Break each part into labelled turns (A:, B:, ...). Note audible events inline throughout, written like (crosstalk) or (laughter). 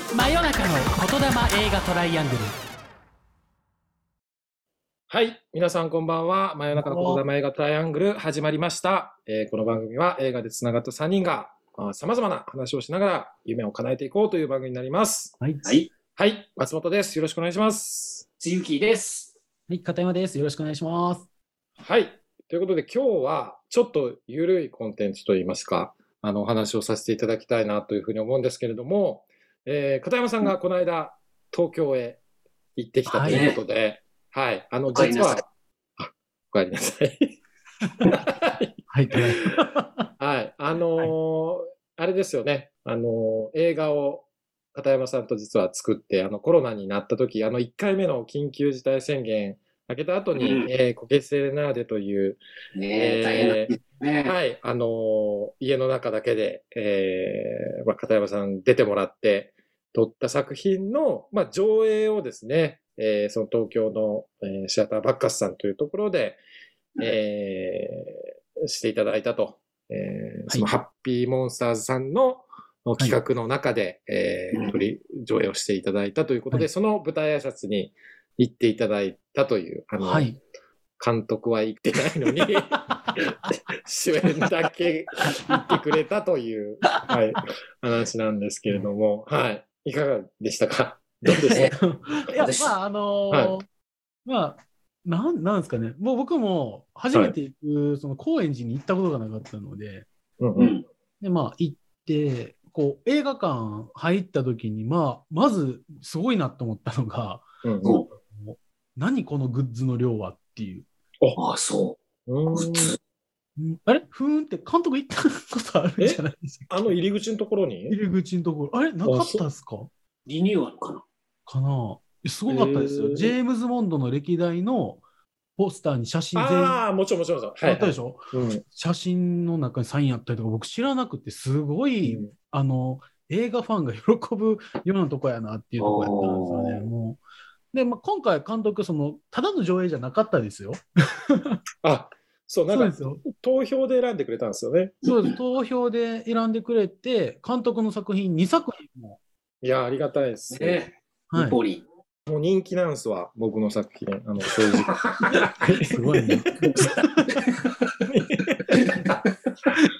A: の言霊映画トライアングル
B: はい。皆さんこんばんは。真夜中の言霊映画トライアングル始まりました。えーこの番組は映画でつながった3人があー様々な話をしながら夢を叶えていこうという番組になります。
A: はい、
C: は。
A: はい
B: はい。松本です。よろしくお願いします。
C: つゆきです。
A: い、片山ですよろしくお願いします
B: はい。ということで今日はちょっとゆるいコンテンツといいますか、あのお話をさせていただきたいなというふうに思うんですけれども、えー片山さんがこの間東京へ行ってきたということで、はい。あの、
C: お帰り
B: 実
C: なさい
B: は、あお帰りなさい。
A: はいトライ
B: はい。あのーあれですよね。あのー映画を片山さんと実は作って、あのコロナになった時、あの1回目の緊急事態宣言開けた後に、
C: うん
B: えーコケセレナーデという、
C: ね
B: えー
C: え、大変だね。
B: はい、あのー家の中だけで、えーまあ、片山さん出てもらって、撮った作品の、まあ、上映をですね、えーその東京の、えーシアターバッカスさんというところで、えーしていただいたと。えーそのハッピーモンスターズさんの企画の中で、えー
C: うん
B: 取り上映をしていただいたということで、
A: はい
B: その舞台挨拶に行っていただいたという、あの、
A: はい
B: 監督は行ってないのに、主演だけ行ってくれたという、はい、話なんですけれども、はい。いかがでしたかどうでした
A: いや
C: 私
A: まああのーまあ
B: は
A: なんなんですかねもう僕も初めて行く、その高円寺に行ったことがなかったので
B: うんう
C: うんん。
A: でまあ行ってこう映画館入った時にまあまずすごいなと思ったのが
B: うんうん
C: そ
A: 何このグッズの量はっていう
C: う。ああ、そうう。
B: ー
C: 普
B: ん
C: 通。
A: んあれふーんって監督行ったことあるんじゃないですか
B: あの入り口のところに
A: 入り口のところあれなかったっすか
C: リニューアルかな。
A: かなえすごかったですよ、
B: へー
A: ジェームズ・モンドの歴代のポスターに写真全員あ
B: ああ、もちろんもちろんもちろん。はい
A: ったでしょ
B: うん
A: 写真の中にサインあったりとか僕知らなくてすごい、あの映画ファンが喜ぶようなとこやなっていうとこやったんですよねもうで、まあ、今回監督そのただの上映じゃなかったですよ
B: あ、そう、な
A: そう
B: んか
A: ですよ
B: 投票で選んでくれたんですよね。
A: そうです投票で選んでくれて監督の作品2作品も、
B: いや、ありがたいです。
C: ねえ、
A: は
C: ニポリ。
B: もう人気なんですわ、僕の作品。あの、正直。
A: (laughs) い、すごいね (laughs)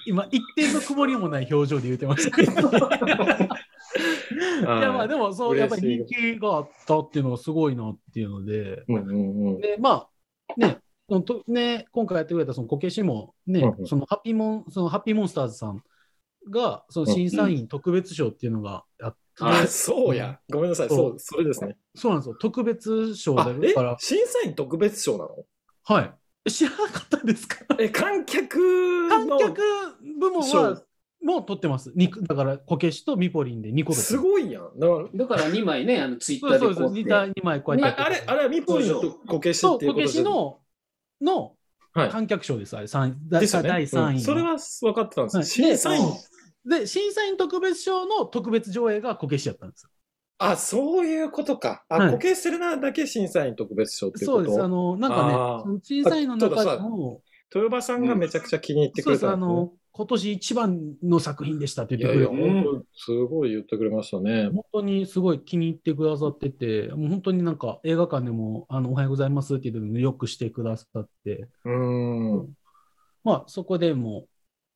A: 今一定の曇りもない表情で言ってましたけどいやまあでもそうやっぱり人気があったっていうのがすごいなっていうので、
B: うんうんうん。
A: でまあねそのとね今回やってくれたそのこけしもね、
B: うんうん
A: そのハッピーモンそのハッピーモンスターズさんがその審査員特別賞っていうのがあって、
C: あ
B: あ、そうや。ごめんなさい。そう、それですね。
A: そうなんですよ特別賞だ
B: あ、え
A: から
B: 審査員特別賞なの
A: はいえ知らなかったんですか
B: え、観客
A: 観
B: の。
A: 客部門は
B: 賞
A: もう取ってますにだからこけしとミポリンで2個です
B: すごいやん。だから
C: だから2枚ね、あのツイッ
A: そ
C: タ
A: う
C: ーで
A: そ
C: こ
A: うそう
C: う
A: 2
C: やって。
A: 枚二枚こうやってやって
B: ああれ、あれはミポリンとこけし
A: そう
B: っていう
A: こ
B: こと
A: けしのの
B: はい
A: 観客賞です、あれ三第
B: ですよね
A: 第3位、
B: うんそれは分かってたんですよ
A: はい
B: 審査員。
A: で審査員特別賞の特別上映がこけしやったんです
B: あ、そういうことか。
A: は
B: あ、
A: い
B: こけしするなだけ審査員特別賞っていう
A: そ
B: こ
A: うですあ
B: と。
A: のなんかね
B: あー
A: その審査員の中でも
B: 豊場さんがめちゃくちゃ気に入ってく
A: そう
B: れ
A: です
B: た
A: あ
B: んですね
A: の今年一番の作品でしたって
B: い
A: 言っ
B: や
A: て
B: い
A: くれ
B: や、
A: て、
B: 本当にすごい言ってくれましたね。
A: 本当にすごい気に入ってくださっててもう本当になんか映画館でも「あのおはようございます」って言ってよくしてくださって
B: うーん。
A: まあそこでも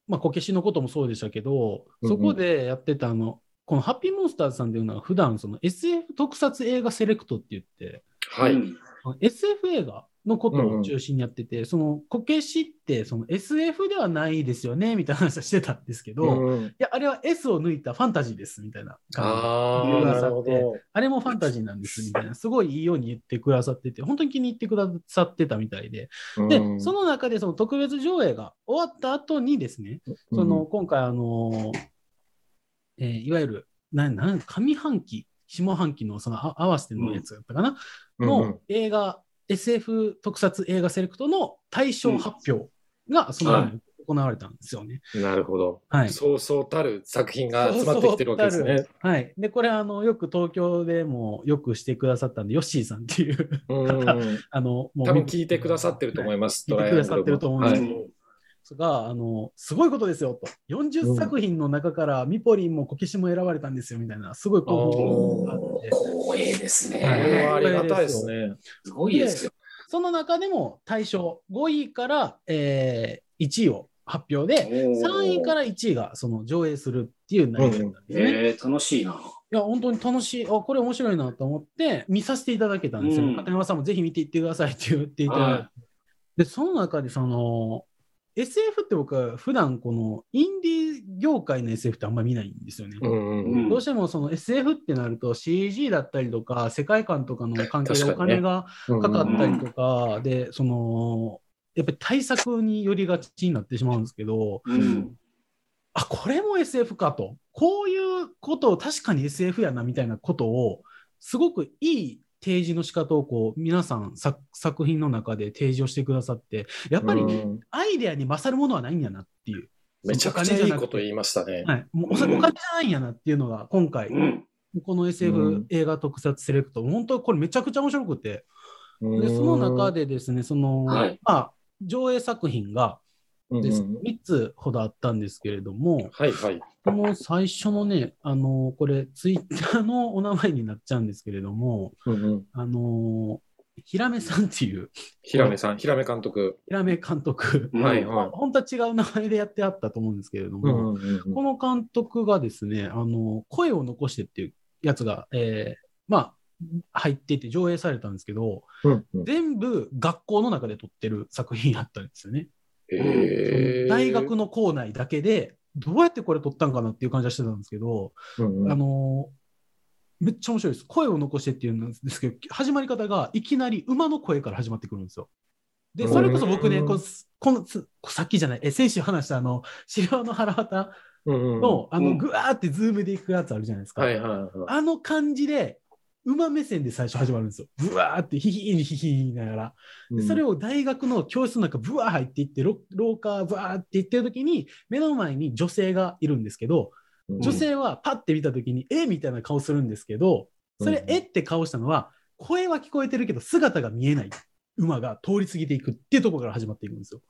A: まあこけしのこともそうでしたけど
B: うんう
A: そ
B: ん
A: こでやってたあのこのハッピーモンスターズさんっていうのは普段その SF 特撮映画セレクトって言って
B: はい。
C: うん。
A: SF 映画のことを中心にやってて、そのこけしってその SF ではないですよねみたいな話はしてたんですけど、い
B: うん
A: やあれは S を抜いたファンタジーですみたいな感じ
B: あ
C: う
B: あ、
C: ん
B: なるほど。
A: あれもファンタジーなんですみたいなすごいいいように言ってくださってて本当に気に入ってくださってたみたいでで、
B: うん
A: その中でその特別上映が終わった後にですねその、今回あのーえーいわゆるななん上半期下半期のそのあ合わせてのやつだったかな、
B: うん
A: の映画、SF 特撮映画セレクトの大賞発表がその前に行われたんですよね。
B: うんなるほど。
A: はい。
B: そうそうたる作品が集まってきてるわけですね。
A: はい。で、これ、あの、よく東京でもよくしてくださったんで、ヨッシーさんっていう、 (laughs)
B: うんうんうん
A: あの、もう
B: 多分聞いてくださってると思
A: はい
B: ます。
A: 聞いてくださってると思うん
B: ト
A: で
B: ライア
A: す
B: ン
A: けど、
B: グルも
A: が、あの、すごいことですよと。40作品の中から、ミポリンもこけしも選ばれたんですよ、みたいな、すごい興奮があって。
C: 光栄です
B: これはあ
C: ね。
B: りがたいですね。
C: すごいですよ。。
A: その中でも大賞5位から、えー1位を発表で、3位からら1位がその上映するっていう内容なんですね。い
C: えー、楽しいな。
A: や、本当に楽しい、あ、これ面白いなと思って、見させていただけたんですよ。
C: うん
A: 片山さんもぜひ見ていってくださいって言っていただいて。
C: は
A: で、その中で、その、SF って僕は普段このインディー業界の SF ってあんまり見ないんですよね。
B: うん
C: うん
A: どうしてもその SF ってなると CG だったりとか世界観とかの関係でお
B: 確かに
A: 金
B: ね
A: がかかったりとかで、そのやっぱり対策によりがちになってしまうんですけど
C: うん。
A: あこれも SF かとこういうことを確かに SF やなみたいなことをすごくいい提示の仕方をこう皆さん作作品の中で提示をしてくださってやっぱり
B: うん
A: アイデアに勝るものはないんやなっていう、
B: めちゃくちゃいいこと言いましたね。
A: はい、もうお金お金じゃないんやなっていうのが今回
C: うん。
A: この SF、
B: うん
A: 映画特撮セレクト、本当これめちゃくちゃ面白くて、
B: で
A: でその中、でですね、その、
C: はい
A: まあ、上映作品が
B: うん
A: です、3つほどあったんですけれども、
B: はいはい。
A: この最初のね、あの、これ、ツイッターのお名前になっちゃうんですけれども、
B: うんうん
A: あの、ひらめさんっていう、
B: 平目さん、平目監督。
A: ひらめ監督、
C: うん
B: はいはい。
A: 本当は違う名前でやってあったと思うんですけれど
B: うん
A: も、
B: うんうん
A: この監督がですね、あの、声を残してっていうやつが、えーまあ、入っていて上映されたんですけど、
B: うんうん
A: 全部学校の中で撮ってる作品やったんですよね。
B: へー
A: 大学の校内だけで、どうやってこれ撮ったんかなっていう感じはしてたんですけど、
B: うんうん
A: あのーめっちゃ面白いです。声を残してっていうんですけど、始まり方がいきなり馬の声から始まってくるんですよ。で、それこそ僕ね、
B: うん
A: こうこのつさっきじゃない、え先週話したあの、資料の腹渡
B: うんうん
A: の、あ
C: う
A: の、
C: ん
A: ぐわーってズームで行くやつあるじゃないですか。
B: はいはいは
A: あの感じで、馬目線で最初始まるんですよ。ぶわーってヒヒーにヒヒーに言いながら。
B: い。
A: でそれを大学の教室の中、ぶわー入っていって、ろ廊下、ぶわーっていってる時に、目の前に女性がいるんですけど、
B: うん
A: 女性はパッて見た時に、えみたいな顔するんですけど、それ
B: う、ん
A: えって顔したのは、声は聞こえてるけど、姿が見えない馬が通り過ぎていくっていうところから始まっていくんですよ。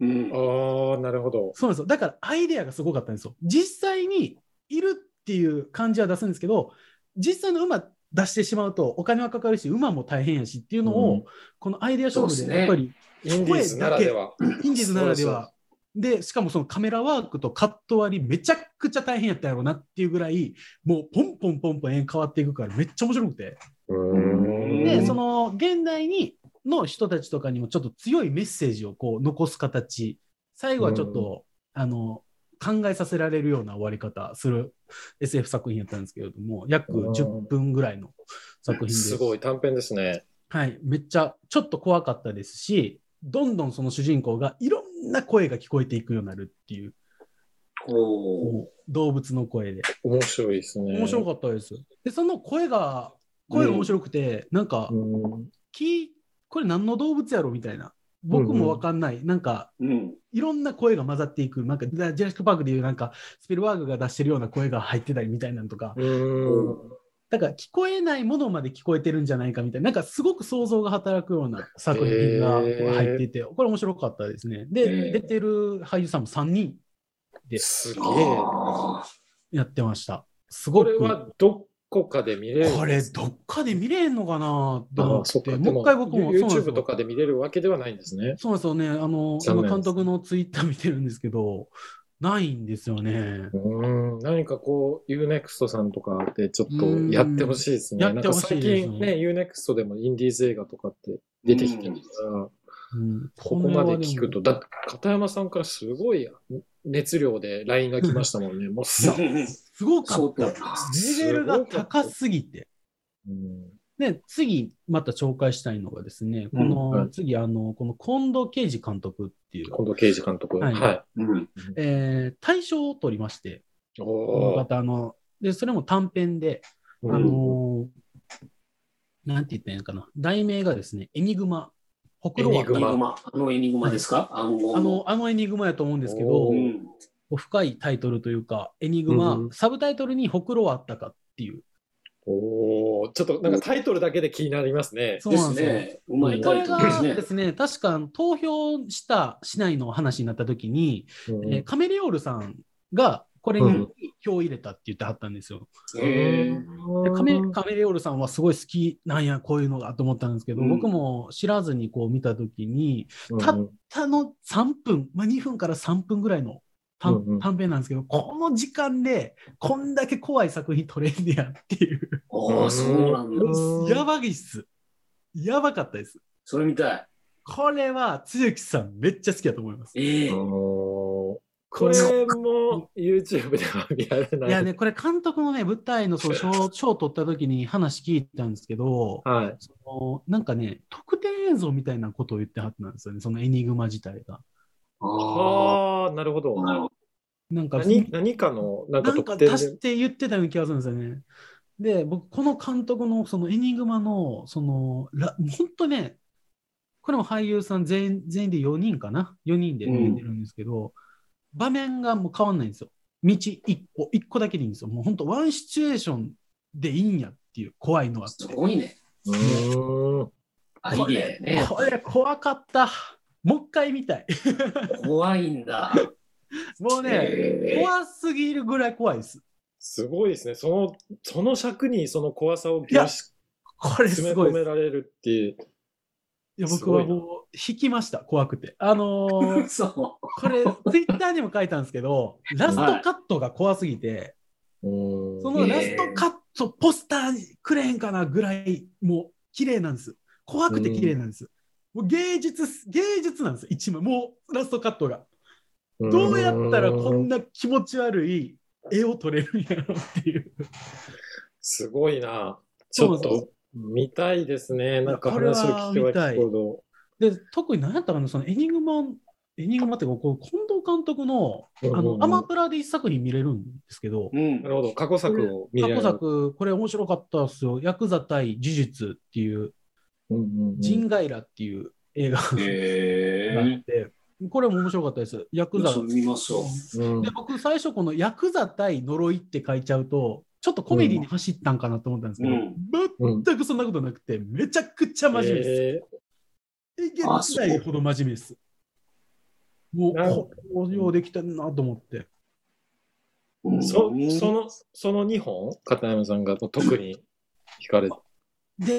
C: うん。
B: ああ、なるほど。
A: そうなんですよ。だからアイデアがすごかったんですよ。実際にいるっていう感じは出すんですけど、実際の馬出してしまうとお金はかかるし、馬も大変やしっていうのを、
B: うん
A: このアイデア勝負
C: そうです
A: で
C: ね
A: やっぱり、
B: インディーズならでは。
A: インディーズならでは。で、しかもそのカメラワークとカット割りめちゃくちゃ大変やったやろうなっていうぐらい、もうポンポンポンポン変わっていくからめっちゃ面白くて。
B: うん
A: で、
C: うん
A: その現代にの人たちとかにもちょっと強いメッセージをこう残す形最後はちょっと、あの考えさせられるような終わり方する SF 作品やったんですけれども約
B: うん
A: 10分ぐらいの作品です
B: ごい短編ですね。
A: はい、めっちゃちょっと怖かったですしどんどんその主人公がいろんな声が聞こえていくようになるっていう
C: おー
A: こう動物の声で
B: 面白いですね。
A: 面白
B: かっ
A: かったです。でその声が声が面白くて、なんか
B: たうん
A: きこれ何の動物やろみたいな僕も分かんない、なんか
C: うん。
A: いろんな声が混ざっていくなんかジェラシック・パークでいうなんかスピルバーグが出してるような声が入ってたりみたいなのとか
B: うん。
A: だから聞こえないものまで聞こえてるんじゃないかみたいななんかすごく想像が働くような作品が
B: へー
A: こう入ってて、これ面白かったですね
C: へ
A: で
C: ー
A: 出てる俳優さんも3人
B: すげえ。
C: ああ。
A: やってましたす
B: こ
A: ご
B: れ
A: く
B: はどこかで見れる
A: これどっかで見れんのかなと
B: あ
A: 思
B: あそ
A: っ
B: ってか。で
A: もう一回僕もそうなんです
B: YouTube
A: よ
B: とかで見れるわけではないんですね。
A: そうなんですよね。あの、
B: 残
A: 今
B: 念です
A: 監督のツイッター見てるんですけど、ないんですよね。
B: うん何かこう、UNEXT さんとかでちょっとやってほしいですね。
A: うんやってほしいです
B: なんか最近ね、UNEXT でもインディーズ映画とかって出てきてるから、
A: うん、
B: ここまで聞くと、だって片山さんからすごい熱量で LINE が来ましたもんね。もうさ、
A: すごか
C: そう
A: っ
C: だ
A: た。レベルが高すぎて。
B: うん
A: で、次、また紹介したいのがですね、こ
C: うん
A: の、
B: はい
A: 次、あの、この近藤啓二監督っていう、
B: 近藤刑事監督。
A: は
B: はいい。
C: うん。
A: えー大賞を取りまして、この
B: おー
A: 方、あの、で、それも短編で、あ
B: うん
A: のーなんて言ったらいいのかな、題名がですね、エニグマ、ほくろは
B: エニグ
C: エニ
B: マ
C: グマ。あのエニグマですか暗号
A: あの、あのエニグマやと思うんですけど
B: お
C: う、
B: ー
C: ん。
A: 深いタイトルというか、エニグマ、
B: うんうん
A: サブタイトルにほくろはあったかっていう、
B: おおーちょっとなんかタイトルだけで気になりますね。
A: そう
C: で
A: なんで
C: す
A: すよ。
C: ね。うまい
A: こ
C: タイ
A: れ
C: トルです
A: が
C: ね
A: で。すね、確か投票した市内の話になった時に、
B: うん
A: えーカメレオールさんがこれ
B: う
A: に
B: ん
A: 票を入れたって言ってはったんですよ。
C: へー
A: でカメカメレオールさんはすごい好きなんや、こういうのがと思ったんですけど、
C: うん
A: 僕も知らずにこう見た時に、
B: うん
A: た他の3分、まあ、2分から3分ぐらいの短,、
B: うんうん
A: 短編なんですけど、この時間でこんだけ怖い作品撮れんねやっていう、
C: ああ、そうなんだ。
B: うん
A: やばいっす。やばかったです。
C: それみたい。
A: これは、つゆきさんめっちゃ好きだと思います。
C: ええ
B: おーこれも YouTube では見られない。
A: いやね、これ監督のね、舞台のその賞賞を取った時に話聞いたんですけど、
B: はい。
A: そのなんかね、特典映像みたいなことを言ってはったんですよね、そのエニグマ自体が。
C: あ
B: ああ、なるほど。
C: あ、なるほど。
A: なんか、
B: 何何かの、なんか
A: なん
B: 特
A: か
B: 典
A: 足
B: で
A: し。て言ってたような気がするんですよね。で、僕、この監督の、そのエニグマの、その、ら本当ね、これも俳優さん全員全員で4人かな ?4 人で出てるんですけど、場面がもう変わんないんですよ。道1個、1個だけでいいんですよ。もう本当、ワンシチュエーションでいいんやっていう、怖いのがあ
C: す
A: って。
C: ごいね。
B: うーん
C: アイディアやね。
A: これ怖かった。もう一回見たい。
C: 怖いんだ。
A: もうね、
C: ええ
A: 怖すぎるぐらい怖いです。
B: すごいですね。その、その尺にその怖さを凝縮
A: これす
B: 詰め
A: ごい
B: 込
A: です
B: められるっていう。
A: いや、
B: す
A: 僕
B: ごい
A: は
B: な
A: もう、引きました、怖くて。あの (laughs) ー
C: そ
A: これ、ツイッターにも書いたんですけど、ラストカットが怖すぎて、
B: うーん
A: そのラストカット、ポスターにくれへんかなぐらい、もう、綺麗なんですよ。怖くて綺麗なんですよ。もう芸術っす、芸術なんですよ、一枚。もう、ラストカットが。どうやったらこんな気持ち悪い絵を撮れるんやろっていう。
B: すごいな。ち
A: そうな
B: ょっ
A: んですよ
B: と見たいですね。なんか
A: これは
B: 話を聞けば聞くほ
A: で、特に何やったかな、そのエニグマ、エニグマっていうか、こう近藤監督の、あ
B: うんうんう
A: の、
B: ん
A: アマプラで一作品見れるんですけど
C: う。う、
B: ど。
C: ん
B: な。るほど。過去作を見
A: 過
B: れる
A: 去。作、これ面白かったですよ。ヤクザ対呪術っていう、
B: うんうんうん
A: ジンガイラっていう映画があっ
C: ええ
A: て、これも面白かったです。ヤクザ。
C: そう見ますよ。
B: うん
A: で、僕最初このヤクザ対呪いって書いちゃうと、ちょっとコメディに走ったんかなと思ったんですけど、
C: うん
B: うん
A: 全くそんなことなくて、めちゃくちゃ真面目です。
B: え
A: えげつないほど真面目です。もう、
B: なる
A: こうようできてんなと思って。
C: う
B: ー
C: ん
B: そその、その2本、片山さんが特に惹かれて。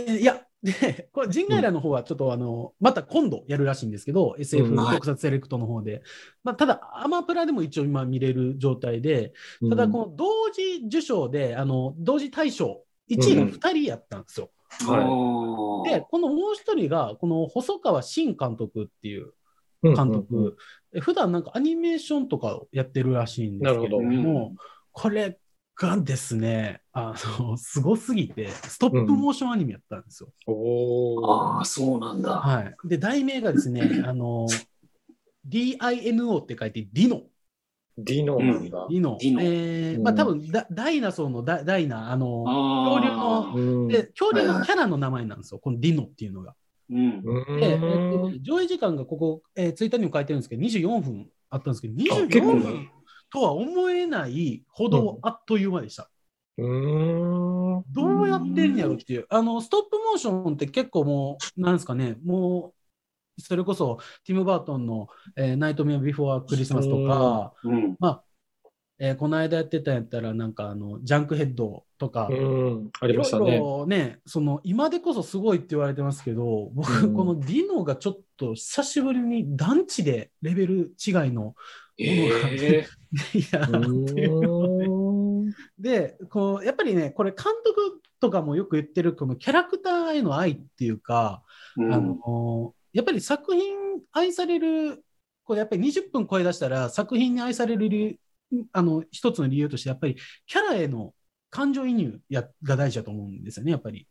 A: で、いや、で、これ、ジンガイラの方は、ちょっとあの、また今度やるらしいんですけど、SF
B: うん
C: はい
A: 特撮セレクトの方で。まあ、ただ、アマプラでも一応今見れる状態で、ただ、この同時受賞で、あの、同時大賞、1位が2人やったんですよ。
C: はい
A: で、このもう一人が、この細川慎監督っていう
B: の
A: 監督、え普段なんかアニメーションとかをやってるらしいんですけれど
C: なるほど
A: も、これがですね、あの、すごすぎて、ストップモーションアニメやったんですよ。
B: おー
C: ああ、そうなんだ。
A: はい。で、題名がです
B: (laughs)
A: ね、あの、DINO って書いて、ディノ。
B: ディノなんだ
A: デ。ィノ。
C: ディノ
A: えー
B: うん
A: まあ多分ダ、ダイナソーのダダイナ、あの、
C: 恐
A: 竜の
B: うん
A: で、恐竜のキャラの名前なんですよ、このディノっていうのが。
C: うん。
B: うん
A: で、えっと上位時間がここ、えー、ツイッターにも書いてるんですけど、24分あったんですけど、
B: 結構
A: 24分
B: ね
A: とは思えないほ
B: うん
A: どあっという間でした。
B: うん
A: どうやってんやろっていう。あの、ストップモーションって結構もう、なんですかね、もう、それこそ、ティム・バートンの、えーナイトメア・ビフォー・クリスマスとか、
C: うん。
A: えーこの間やってたんやったら、なんか、あの、ジャンクヘッドとか、
B: うん、あ
A: い
B: りま
A: ろい
B: したね。
A: ろね、その、今でこそすごいって言われてますけど、
B: う
A: 僕、
B: ん
A: このディノがちょっと久しぶりに団地でレベル違いの、 (laughs)
C: ええ。
A: いや、っていうので
B: うん
A: でこうやっぱりねこれ監督とかもよく言ってるこのキャラクターへの愛っていうか、
C: うん
A: あのやっぱり作品愛されるこれやっぱり20分超え出したら作品に愛される理由あの一つの理由としてやっぱりキャラへの感情移入やが大事だと思うんですよねやっぱり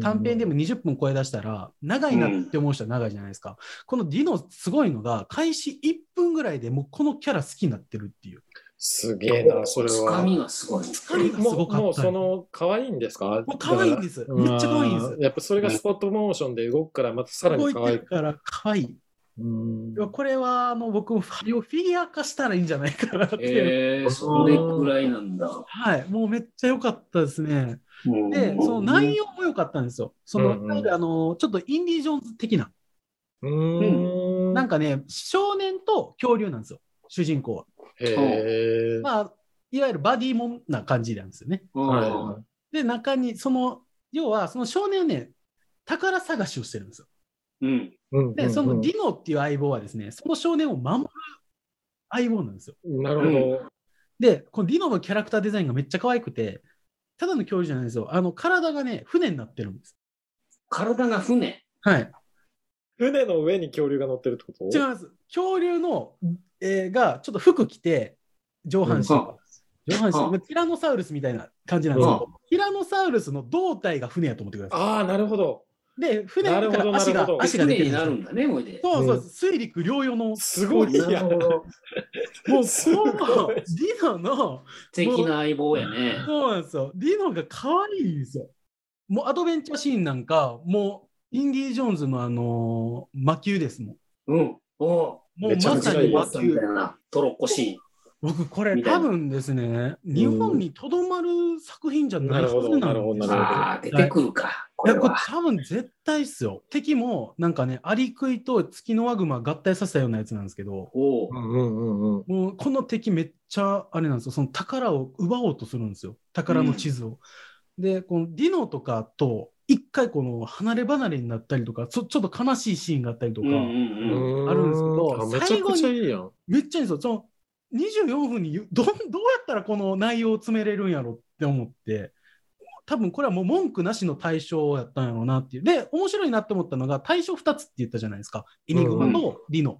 A: 短編でも20分超え出したら長いなって思う人は長いじゃないですか、このディのすごいのが開始1分ぐらいでもうこのキャラ好きになってるっていう
B: すげえな、それ
C: つか
B: は。
C: みがすごい。
A: つかみがす
B: も
A: ご
B: う、
A: かった
B: もうその、可愛いんですか
A: もう可愛いんですめっちゃ可愛いんです
B: うんやっぱそれがスポットモーションで動くから、またさら
A: 動
B: に
A: い
B: 可愛
A: て
B: い
A: る。から可愛い。
B: うん
A: いやこれはあの僕もハリをフィギュア化したらいいんじゃないかなっていう、
C: えー、それくらいなんだ。
A: はいもうめっちゃ良かったですね
C: うん
A: でその内容も良かったんですよその、
B: うんうん
A: いわゆるあのちょっとインディ・ジョーンズ的な
B: うん。
A: なんかね少年と恐竜なんですよ主人公は
B: へえ。
A: まあいわゆるバディモンな感じなんですよね
C: うん
B: は
A: で中にその要はその少年はね宝探しをしてるんですよ
C: うん。
B: いはい。
A: でそのデ
B: ィ
A: ィノっていう相棒はですねその少年を守る相棒なんですよ
B: なる
A: で、このディノのキャラクターデザインがめっちゃ可愛くて、ただの恐竜じゃないんですよ。あの、体がね、船になってるんです。
C: 体が船。
A: はい。
B: ほど。船の上に恐竜が乗ってるってこ
A: 違い
B: と
A: ます。恐竜の、えーが、ちょっと服着て、上半身。
C: うん
A: 上半身。
C: うん
A: まあティラノサウルスみたいな感じなんですけど、ティラノサウルスの胴体が船やと思ってくださ
B: ああ、なるほど。
A: い。で、船か
B: なるほ
A: ら
B: ど
A: 足
B: な
A: が
B: るほ、ど
A: 足が出
C: 船
A: てる
C: に
A: んです
C: な
A: よ
C: るんだね、おいで。
A: そうそうそう、水陸両用の、もう
B: すごい
C: な
B: や
C: る。ほど。
A: この
B: (laughs) すごい
A: ディノの、
C: 素敵な相棒やね。
A: そうなんですよ。ディノが可愛いんですよ。もうアドベンチャーシーンなんか、もうインディ・ジョーンズのあのー魔球ですもん。
C: うん。おう
A: もう
B: めちゃ
A: ま
B: くち
A: さ
B: ゃい
A: に
B: い
A: 魔
C: バスみ
A: 球
C: たい。な、トロッコシ
A: 僕これ
C: みたい
A: 多
C: な
A: 分ですね、日本にとどまる作品じゃないはずなんです
B: なるほどなるほどな
C: ーン。
B: るほど
C: ああ、出てくるか。こ
A: い
C: れ
A: やこれ
C: は。
A: 多分絶対っすよ。敵もなんかね、アリクイと月のワグマ合体させたようなやつなんですけど、
C: おう
B: う。んうんうんうん。
A: もうこの敵めっちゃあれなんですよ、その宝を奪おうとするんですよ、宝の地図を。で、このディノとかと一回この離れ離れになったりとか、ちょちょっと悲しいシーンがあったりと
C: うん
A: か、
C: うんうん。
A: あるんですけど
B: あめちゃくちゃいいやん。
A: めっちゃいいんですよ、その24分にゆどんどうやったらこの内容を詰めれるんやろって思って。多分これはもう文句なしの対象やったんやろうなっていう。で、面白いなって思ったのが、対象2つって言ったじゃないですか。イニグマとディノ。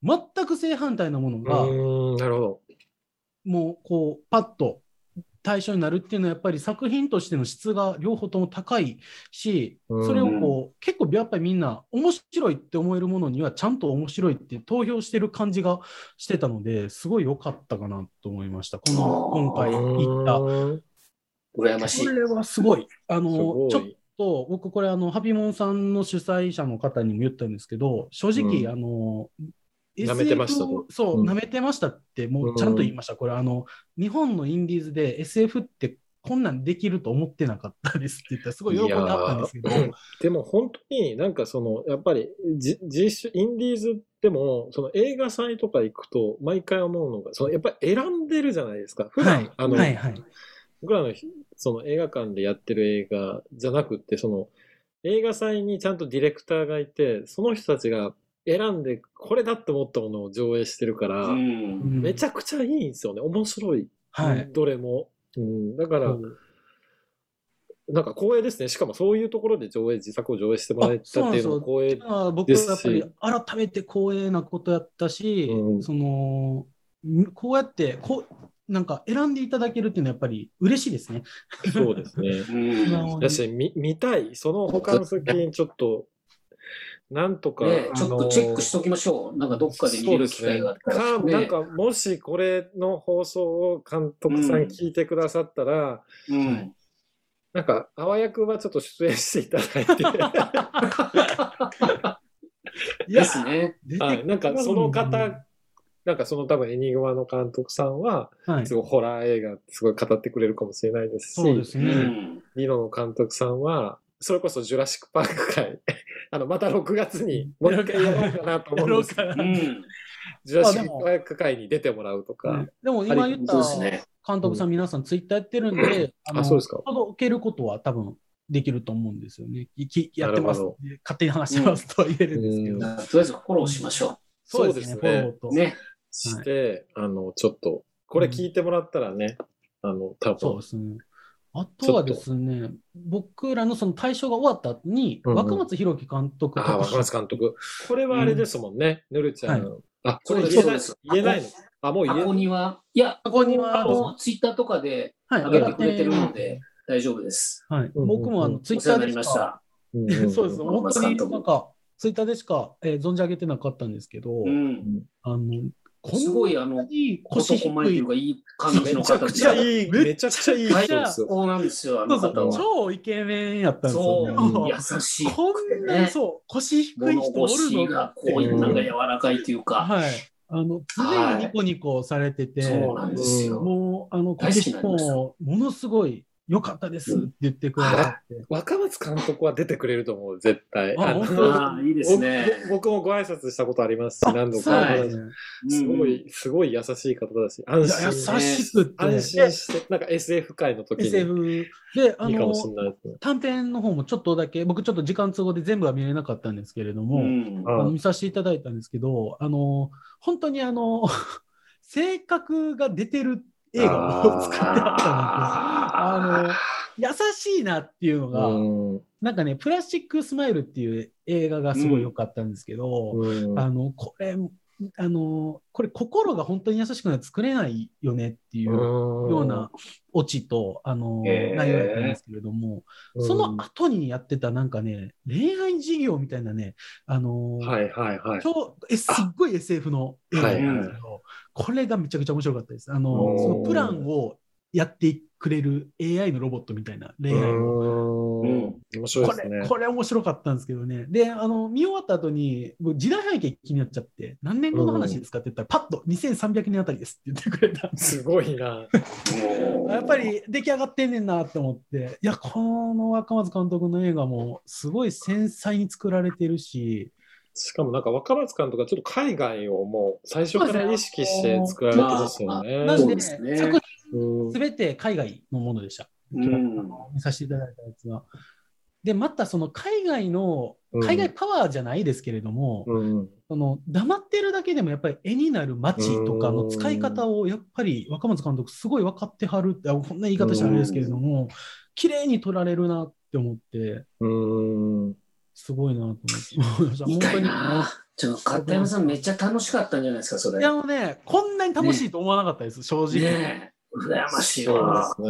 A: 全く正反対なもの
B: う
A: が、
B: ーん、なるほど。
A: もうこうパッと対象になるっていうのはやっぱり作品としての質が両方とも高いし
B: うん
A: それをこう結構やっぱりみんな面白いって思えるものにはちゃんと面白いって投票してる感じがしてたのですごい良かったかなと思いましたこの
C: あ
A: 今回
C: ー
A: 行った。
B: 行っ
C: 羨ましい
A: こ。れはすごいあ
B: たす
A: の
B: ご
A: ちょっ
B: い。
A: と僕これあのハピモンさんの主催者の方にも言ったんですけど正直、
B: うん
A: あの
B: 舐めてましたと
A: SF そう、
B: うん
A: 舐めてましたってもうちゃんと言いました、これあの日本のインディーズで SF ってこんなんできると思ってなかったですって言ったらすごい喜んであったんですけど
B: いやーでも本当になんかその、やっぱりじ実習、インディーズでも、その映画祭とか行くと毎回思うのが、そのやっぱり選んでるじゃないですか。普
A: は
B: 段、
A: い
B: あの、
A: はいはい
B: 僕らのひその映画館でやってる映画じゃなくって、その映画祭にちゃんとディレクターがいて、その人たちが選んでこれだって思ったものを上映してるから、
C: うん。
B: め
A: ゃ
B: ちゃくちゃいいんですよね。面白い。
A: はい
B: どれも。うん、だから、
A: そう
B: なんか光栄ですね。しかもそういうところで上映、自作を上映してもらえたっていうのも
A: あ
B: 光栄。
A: まあ僕はやっぱり改めて光栄なことやったし、
B: うん
A: そのんこうやってこうなんか選んでいただけるっていうのはやっぱり嬉しいですね。
B: そうですね。
C: うん
B: だし、み見たい。その他の作品、ちょっと、なんとか、
C: ね、
B: あのー
C: ちょっとチェックしときましょう。なんかどっかで見れる機会があったら。
B: そうですねかなんか、もしこれの放送を監督さん聞いてくださったら、
C: うん。
B: なんか、あわやくはちょっと出演していた
C: (laughs)
B: だいて、
A: い
C: ですね。
A: 出てくる
B: はい、なんかその方、なんかその多分エニグマの監督さんは、
A: はい、
B: すごいホラー映画ってすごい語ってくれるかもしれないですし、
A: そうです
C: う
A: ね。
C: ん。
B: リノの監督さんは、それこそジュラシックパーク会、 (laughs) あの、また6月にもう一回やろうかなと思うんですけど、
A: や
C: う
A: ろうか
C: ん。
B: ジュラシックパーク会に出てもらうとか、
A: ねでも今言っ
C: 本
A: た
C: 当ですね。
A: 監督さん、皆さんツイッターやってるんで、あ
B: あそうですか
A: 届けることは多分できると思うんですよね。いきやってます
B: なるほ、
A: 勝手に話してますとは言えるんですけど、
B: うん
C: とりあえずフォローしましょ
A: そうですね、
B: そ
A: フ
B: うですね
A: ォローと。
C: う。ね。
B: して、あの、ちょっと、これ聞いてもらったらね、あの、多
A: そう
B: 分
A: ですね。あとはですね、僕らのその対象が終わった後に、
B: うんうん
A: 若松弘樹監督
B: ああ、
A: 特
B: 若
A: 集
B: 松監督。これはあれですもんね、ぬるちゃん。あ、これ
C: そ
B: 言
C: うです
B: えない
C: そうです
B: 言えないのあ、もう言え
C: 箱
B: ない。
C: 庭。いや、
A: 箱庭
C: あの、ツイッターとかで
A: はい、
C: 上げてくれてるので大丈夫です。
A: はい、
B: うんうん
A: 僕もあのツイ
C: お
A: ッ
C: 世話
A: タ
C: に
A: ーで
C: なりま
A: し
C: し
A: か
C: た。
B: うんうん
A: そうです。
C: 若
A: 本
C: 松
A: 当
C: 監
A: に
C: 督
A: なんか、ツイッターでしか、えー存じ上げてなかったんですけど、
C: うん。
A: あの、こ
C: すごいあの、
A: いい腰
C: 男前と
A: 低
C: い
A: いう
C: か、いい感じの
B: めちゃ
C: 方
B: くちゃ
C: で。
B: いい、
A: めっ
B: めちゃくちゃいい
A: めっ
B: 人
A: ちゃ
B: ですよ。
C: そうなんですよ、
A: そ
C: あの
A: うそ
C: 方
A: う
C: は。
A: 超イケメンやったんです
C: そ
A: よ
C: う
A: ね。
B: ん
A: うん
C: 優しい。
A: こんな、そう、腰低い
C: 物
A: 人おる
C: 腰
A: の
C: がこういうなんか柔らかいというか、
A: はい。あの、常にニコニコされてて、
C: そうなんですよ。
A: もう、あの、
C: 大好
A: 腰
C: きなんです
A: もものすごい良かったですって言ってくれて、
B: 若松監督は出てくれると思う、絶対。
A: あ
B: の
A: 本当
C: ああ、いいですね。
B: 僕僕もご挨拶したことありますし、何度
A: そ
B: か
A: う
B: お
C: は
A: なん
B: 話し
C: い
A: で
B: し
A: す
B: て。
A: ね
B: すごい、すごい優しい方だし、
A: い
B: 安
A: や優
B: 心。
A: しくて、
B: 安心して、なんか SF 界の時にい
A: SF で、あ
B: いかもしれ
A: の、
B: ないですね。
A: 短編の方もちょっとだけ、僕ちょっと時間都合で全部は見れなかったんですけれども、
C: うん
A: あの
B: うん
A: 見させていただいたんですけど、あの、本当にあの、 (laughs) 性格が出てる映画を作ってあったなって。あの、優しいなっていうのが、
B: うん
A: なんかね、プラスチックスマイルっていう映画がすごい良かったんですけど、
B: うん
A: あの、これ、あの、これ心が本当に優しくないと作れないよねっていうようなオチと、あの、
C: へー
A: 内容だったんですけれども、
B: うん
A: その後にやってたなんかね、恋愛事業みたいなね、あの、
B: はいはいはい。
A: 超えすっごい SF の映画なんですけど、これがめちゃくちゃ面白かったです。あの
B: おー
A: そのプランをやってくれる AI のロボットみたいな恋愛の。
B: うーん面白い
A: こ
B: ですね
A: れ。これ面白かったんですけどね。で、あの、見終わった後に、僕時代背景気になっちゃって、何年後の話ですかって言ったら、パッと2300年あたりですって言ってくれたんです
B: すごいな。
C: もう
A: やっぱり出来上がってんねんなって思って、いや、この若松監督の映画も、すごい繊細に作られてるし、
B: しかもなんか若松監督はちょっと海外をもう最初から意識して作られてますよね。
A: な
C: そ
A: ん
C: う
A: で、
C: ですね
A: 作品
B: うん
A: すべて海外のものでした。
C: うん
A: 見させていただいたやつは。で、またその海外の
B: うん、
A: 海外パワーじゃないですけれども、
B: うん
A: その黙ってるだけでもやっぱり絵になる街とかの使い方をやっぱり若松監督すごい分かってはるって、あこんな言い方したらあれですけれども、綺麗に撮られるなって思って、
B: うん
A: すごいなと思
C: (laughs)
A: って思いました。
C: 見
A: 本
C: た
A: 当
C: い
A: に。
C: な。ちょっと片山さんめっちゃ楽しかったんじゃないですか、それ。
A: いやもうね、こんなに楽しいと思わなかったです、正直。
C: ねえ、羨ましい
B: そうで
C: わ。
B: すね。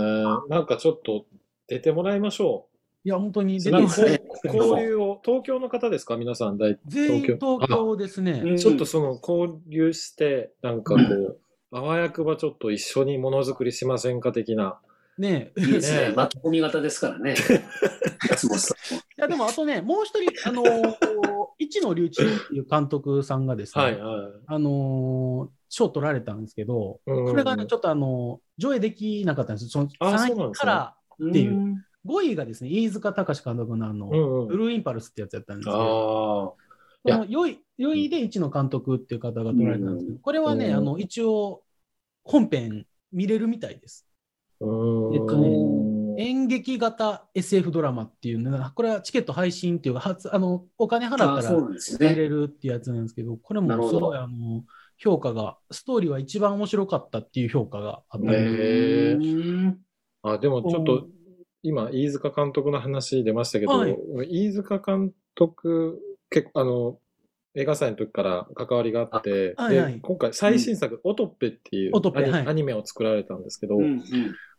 B: なんかちょっと出てもらいましょ
A: いや、本当に。
B: う。
A: で
B: なんか
C: そうですね
B: こう交流を、東京の方ですか皆さん大
A: 全員
B: 東京
A: 東京ですね。
C: うん
B: ちょっとその交流して、なんかこう、あわやくばちょっと一緒にものづくりしませんか的な。
A: ね
C: いいです
B: ね
C: ね。巻き込み型ですからね。松本さん
A: (laughs)
C: も
A: いや、でも、あとね、もう一人、あのー一野隆一っていう監督さんがですね、
B: はいはい。
A: あのー賞取られたんですけど、
B: うん
A: これがね、ちょっとあのー上映できなかったんですその
B: あそ
A: 3位
B: うなんですね
A: から
C: うん
A: ていう5位がですね、飯塚隆監督のあの、
B: うんう
A: ブ
B: ん、
A: ルーインパルスってやつやったんですけど、
B: あ
A: このよい、よいで一野監督っていう方が取られたんですけど、これはね、
B: うん
A: あの、一応、本編見れるみたいです。
B: あ、うん
A: えっと演劇型 SF ドラマっていうね、これはチケット配信っていうか、初あのお金払った
C: あ
A: ら
C: そうなんです
A: 入
C: ね。
A: れるっていうやつなんですけど、これ
C: なる
A: も
C: ほ
A: す
C: ど
A: ごいあの評価が、ストーリーは一番面白かったっていう評価があった
B: へ
A: り、
B: え
C: うん
B: あでもちょっと今飯塚監督の話出ましたけど、
A: はい
B: 飯塚監督結構あの映画祭の時から関わりがあって
A: あはいはい
B: で今回最新作「オトッペ」っていう
A: オトッ
B: ア
A: ペ
B: ニ,、
A: はい
B: メを作られたんですけど、
C: うんうん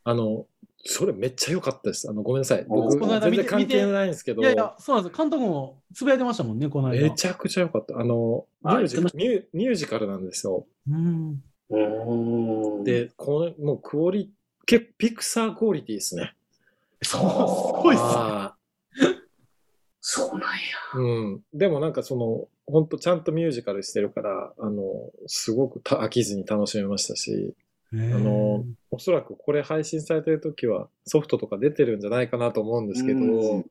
B: あのそれめっちゃ良かったですあのごめんなさい
C: お
B: 僕
C: こ
A: の間
B: 全
A: 見て
B: 然関係ないんですけど
A: いやいや、そうなんですよ監督もつぶやいてましたもんね、この間。
B: めちゃくちゃ良かったあのミ
C: あ
B: ュージ
C: 言
B: カ
C: っ
B: ミューミュージカルなんですよ
A: うん、
C: うん
B: でこのもうクオリ結構ピクサークオリティですね
A: そう、すごいっすね。
B: あ
C: そうなんや。
B: ーうん。でもなんかその、ほんとちゃんとミュージカルしてるから、あの、すごくた飽きずに楽しめましたし、あの、おそらくこれ配信されてる時はソフトとか出てるんじゃないかなと思うんですけど、
C: うん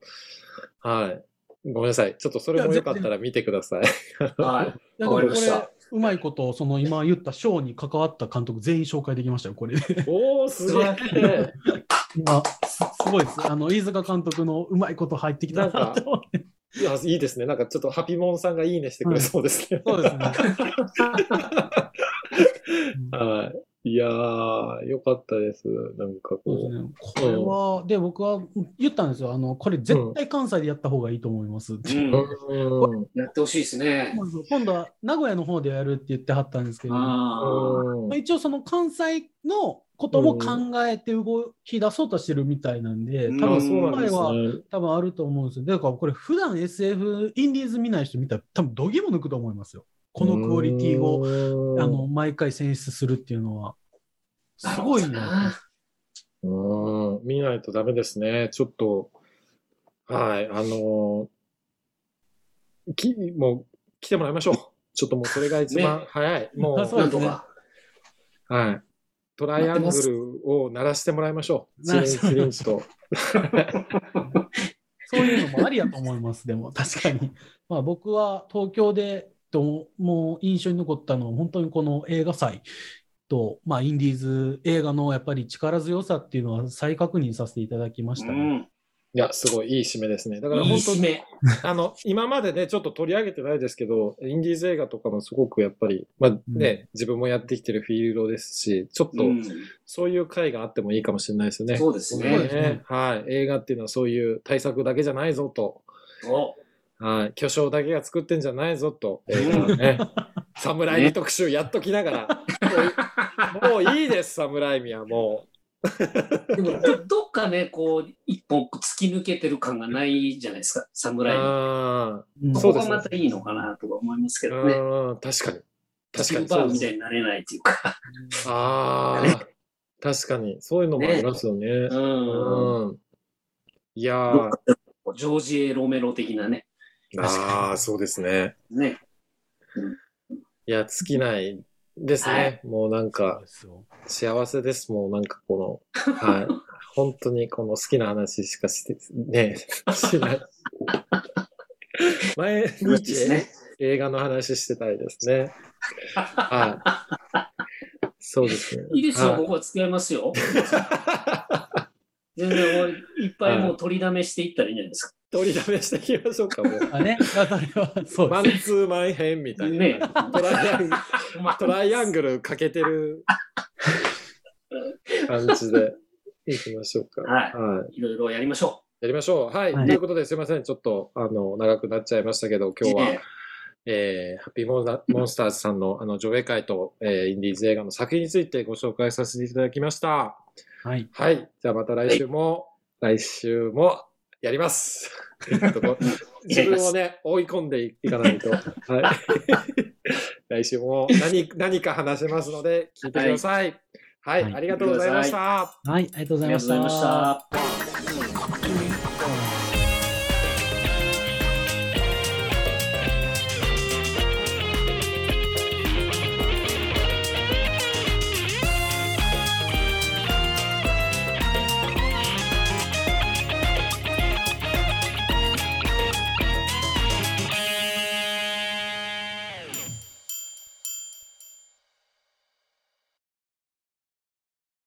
B: はい。ごめんなさい。ちょっとそれもよかったら見てください。
C: はい。
A: だ
B: (laughs)
A: から
C: わかり
A: こ
C: ました
A: れ、うまいこと、その今言った賞に関わった監督全員紹介できましたよ、これ。
B: おー、 (laughs) すげえ。
A: 今、すすごいです。あの、飯塚監督のうまいこと入ってきたなって思って。
B: いや、いいですね。なんかちょっとハピモンさんがいいねしてくれそうですね。
A: そうですね。うん
B: はい。いやー、よかったです。なんか
A: そうです
B: こう。
A: ね、これは、で、僕は言ったんですよ、あのこれ、絶対関西でやった方がいいと思いますって、
C: うん
B: うん
C: やってほしいですね。
A: 今度は名古屋の方でやるって言ってはったんですけど、ま
C: あ
B: うん
A: あ、一応、その関西のことも考えて動き出そうとしてるみたいなんで、
C: うん
A: 多
B: あ
A: 分
B: そうなんです
A: 前
B: ね。
A: 多分あると思うんですよ。だから、これ、普段 SF、インディーズ見ない人見たら、多分どぎも抜くと思いますよ。このクオリティを、
B: を
A: あの、毎回選出するっていうのは、すごいな。
B: うん、見ないとダメですね。ちょっと、はい、あのーき、もう、来てもらいましょう。ちょっともうそれが一番
C: ね
B: 早い。も
A: あ
B: う、
A: そう
C: な
A: で
C: ん
A: す
C: と
A: ね
C: か。
B: はい。トライアングルを鳴らしてもらいましょう。チ
A: 鳴
B: リ
A: ら
B: ン
A: して
B: チリンチと。
A: そういうのもありやと思います、で (laughs) も、確かに。まあ、僕は東京で、ともう印象に残ったのは、本当にこの映画祭と、まあ、インディーズ映画のやっぱり力強さっていうのは再確認させていただきました
C: う
A: ね。
C: ん。
B: いや、すごいいい締めですね。だから
C: いい
B: 本当に、
C: 締め。
B: あの、今までね、ちょっと取り上げてないですけど、インディーズ映画とかもすごくやっぱり、まあね、
A: う
B: 自分もやってきてるフィールドですし、ちょっと
C: うん
B: そういう回があってもいいかもしれないですよね。
C: そうです
A: そう
C: ね
A: で。すね
B: はい。映画っていうのはそういう対策だけじゃないぞと。
C: お
B: はい。巨匠だけが作ってんじゃないぞと。映画はね。侍に特集やっときながら。もういいです、侍にはも
C: でもど、どっかね、こう、一本突き抜けてる感がないじゃないですか、
B: う。
C: 侍に。
B: あ
A: うん
B: そ
C: そうこ
B: です
C: が
B: ね
C: またいいのかなとか思いますけ
B: あ、
C: どね。
B: うん、確かに。確かに
C: スピルバーグ
B: そうで
C: みた
B: す。
C: いになれないっていうか。
B: ああ、確かに。そういうのもありますよね。
C: う。
B: うんん。いや
C: どっ
B: ー
C: か、でこうジョージ・エロメロ的なね。
A: 確かに
B: ああ、そうですね。
C: ね。
B: いや、尽きないですね。
C: は
B: もうなん
A: そう
B: か、
A: ですよ
B: 幸せです。もうなんかこ
C: (laughs)
B: の、はい。本当にこの好きな話しかして、
C: (laughs)
B: ね、しない。前
C: いいです
B: に
C: ね。
B: 映画の話してたいですね。はい。そうですね。
C: いいですよ、
B: はい
C: 僕は付き合います
B: (laughs)
C: よ。全然もういっぱいもう取りだめしていったらいいんじゃないです
B: 取りだめしていきましょうか、もう。
A: あね、あそれはそう
B: マン
A: で
B: ツーマン編みた
C: か。
B: いな。
C: (laughs) ね。
B: トライアングル、トライアングルかけてる感じでいきましょうか。
C: はい
B: はい
C: いろいろやりましょ
B: やりましょう。はい。
A: はい
B: ということで、すいません。ちょっと、あの、長くなっちゃいましたけど、
C: う。
B: 今日は、
C: ね
B: えーハッピーモンダモンスターズさんの、あの、上映会と、えーインディーズ映画の作品についてご紹介させていただきました。
A: す。はい。
B: はい。じゃあ、また来週も、来週も、やり (laughs) ます。自分をね、追い込んでいかないと。 (laughs) はい。来週も何、何か話せますので、聞いてください。はい。
A: はい
B: ありがとうございました。
A: はい、ありがとうご
C: あ
A: ざい
C: りが
A: ま
C: とう
A: し。
C: ございましたた。
A: うん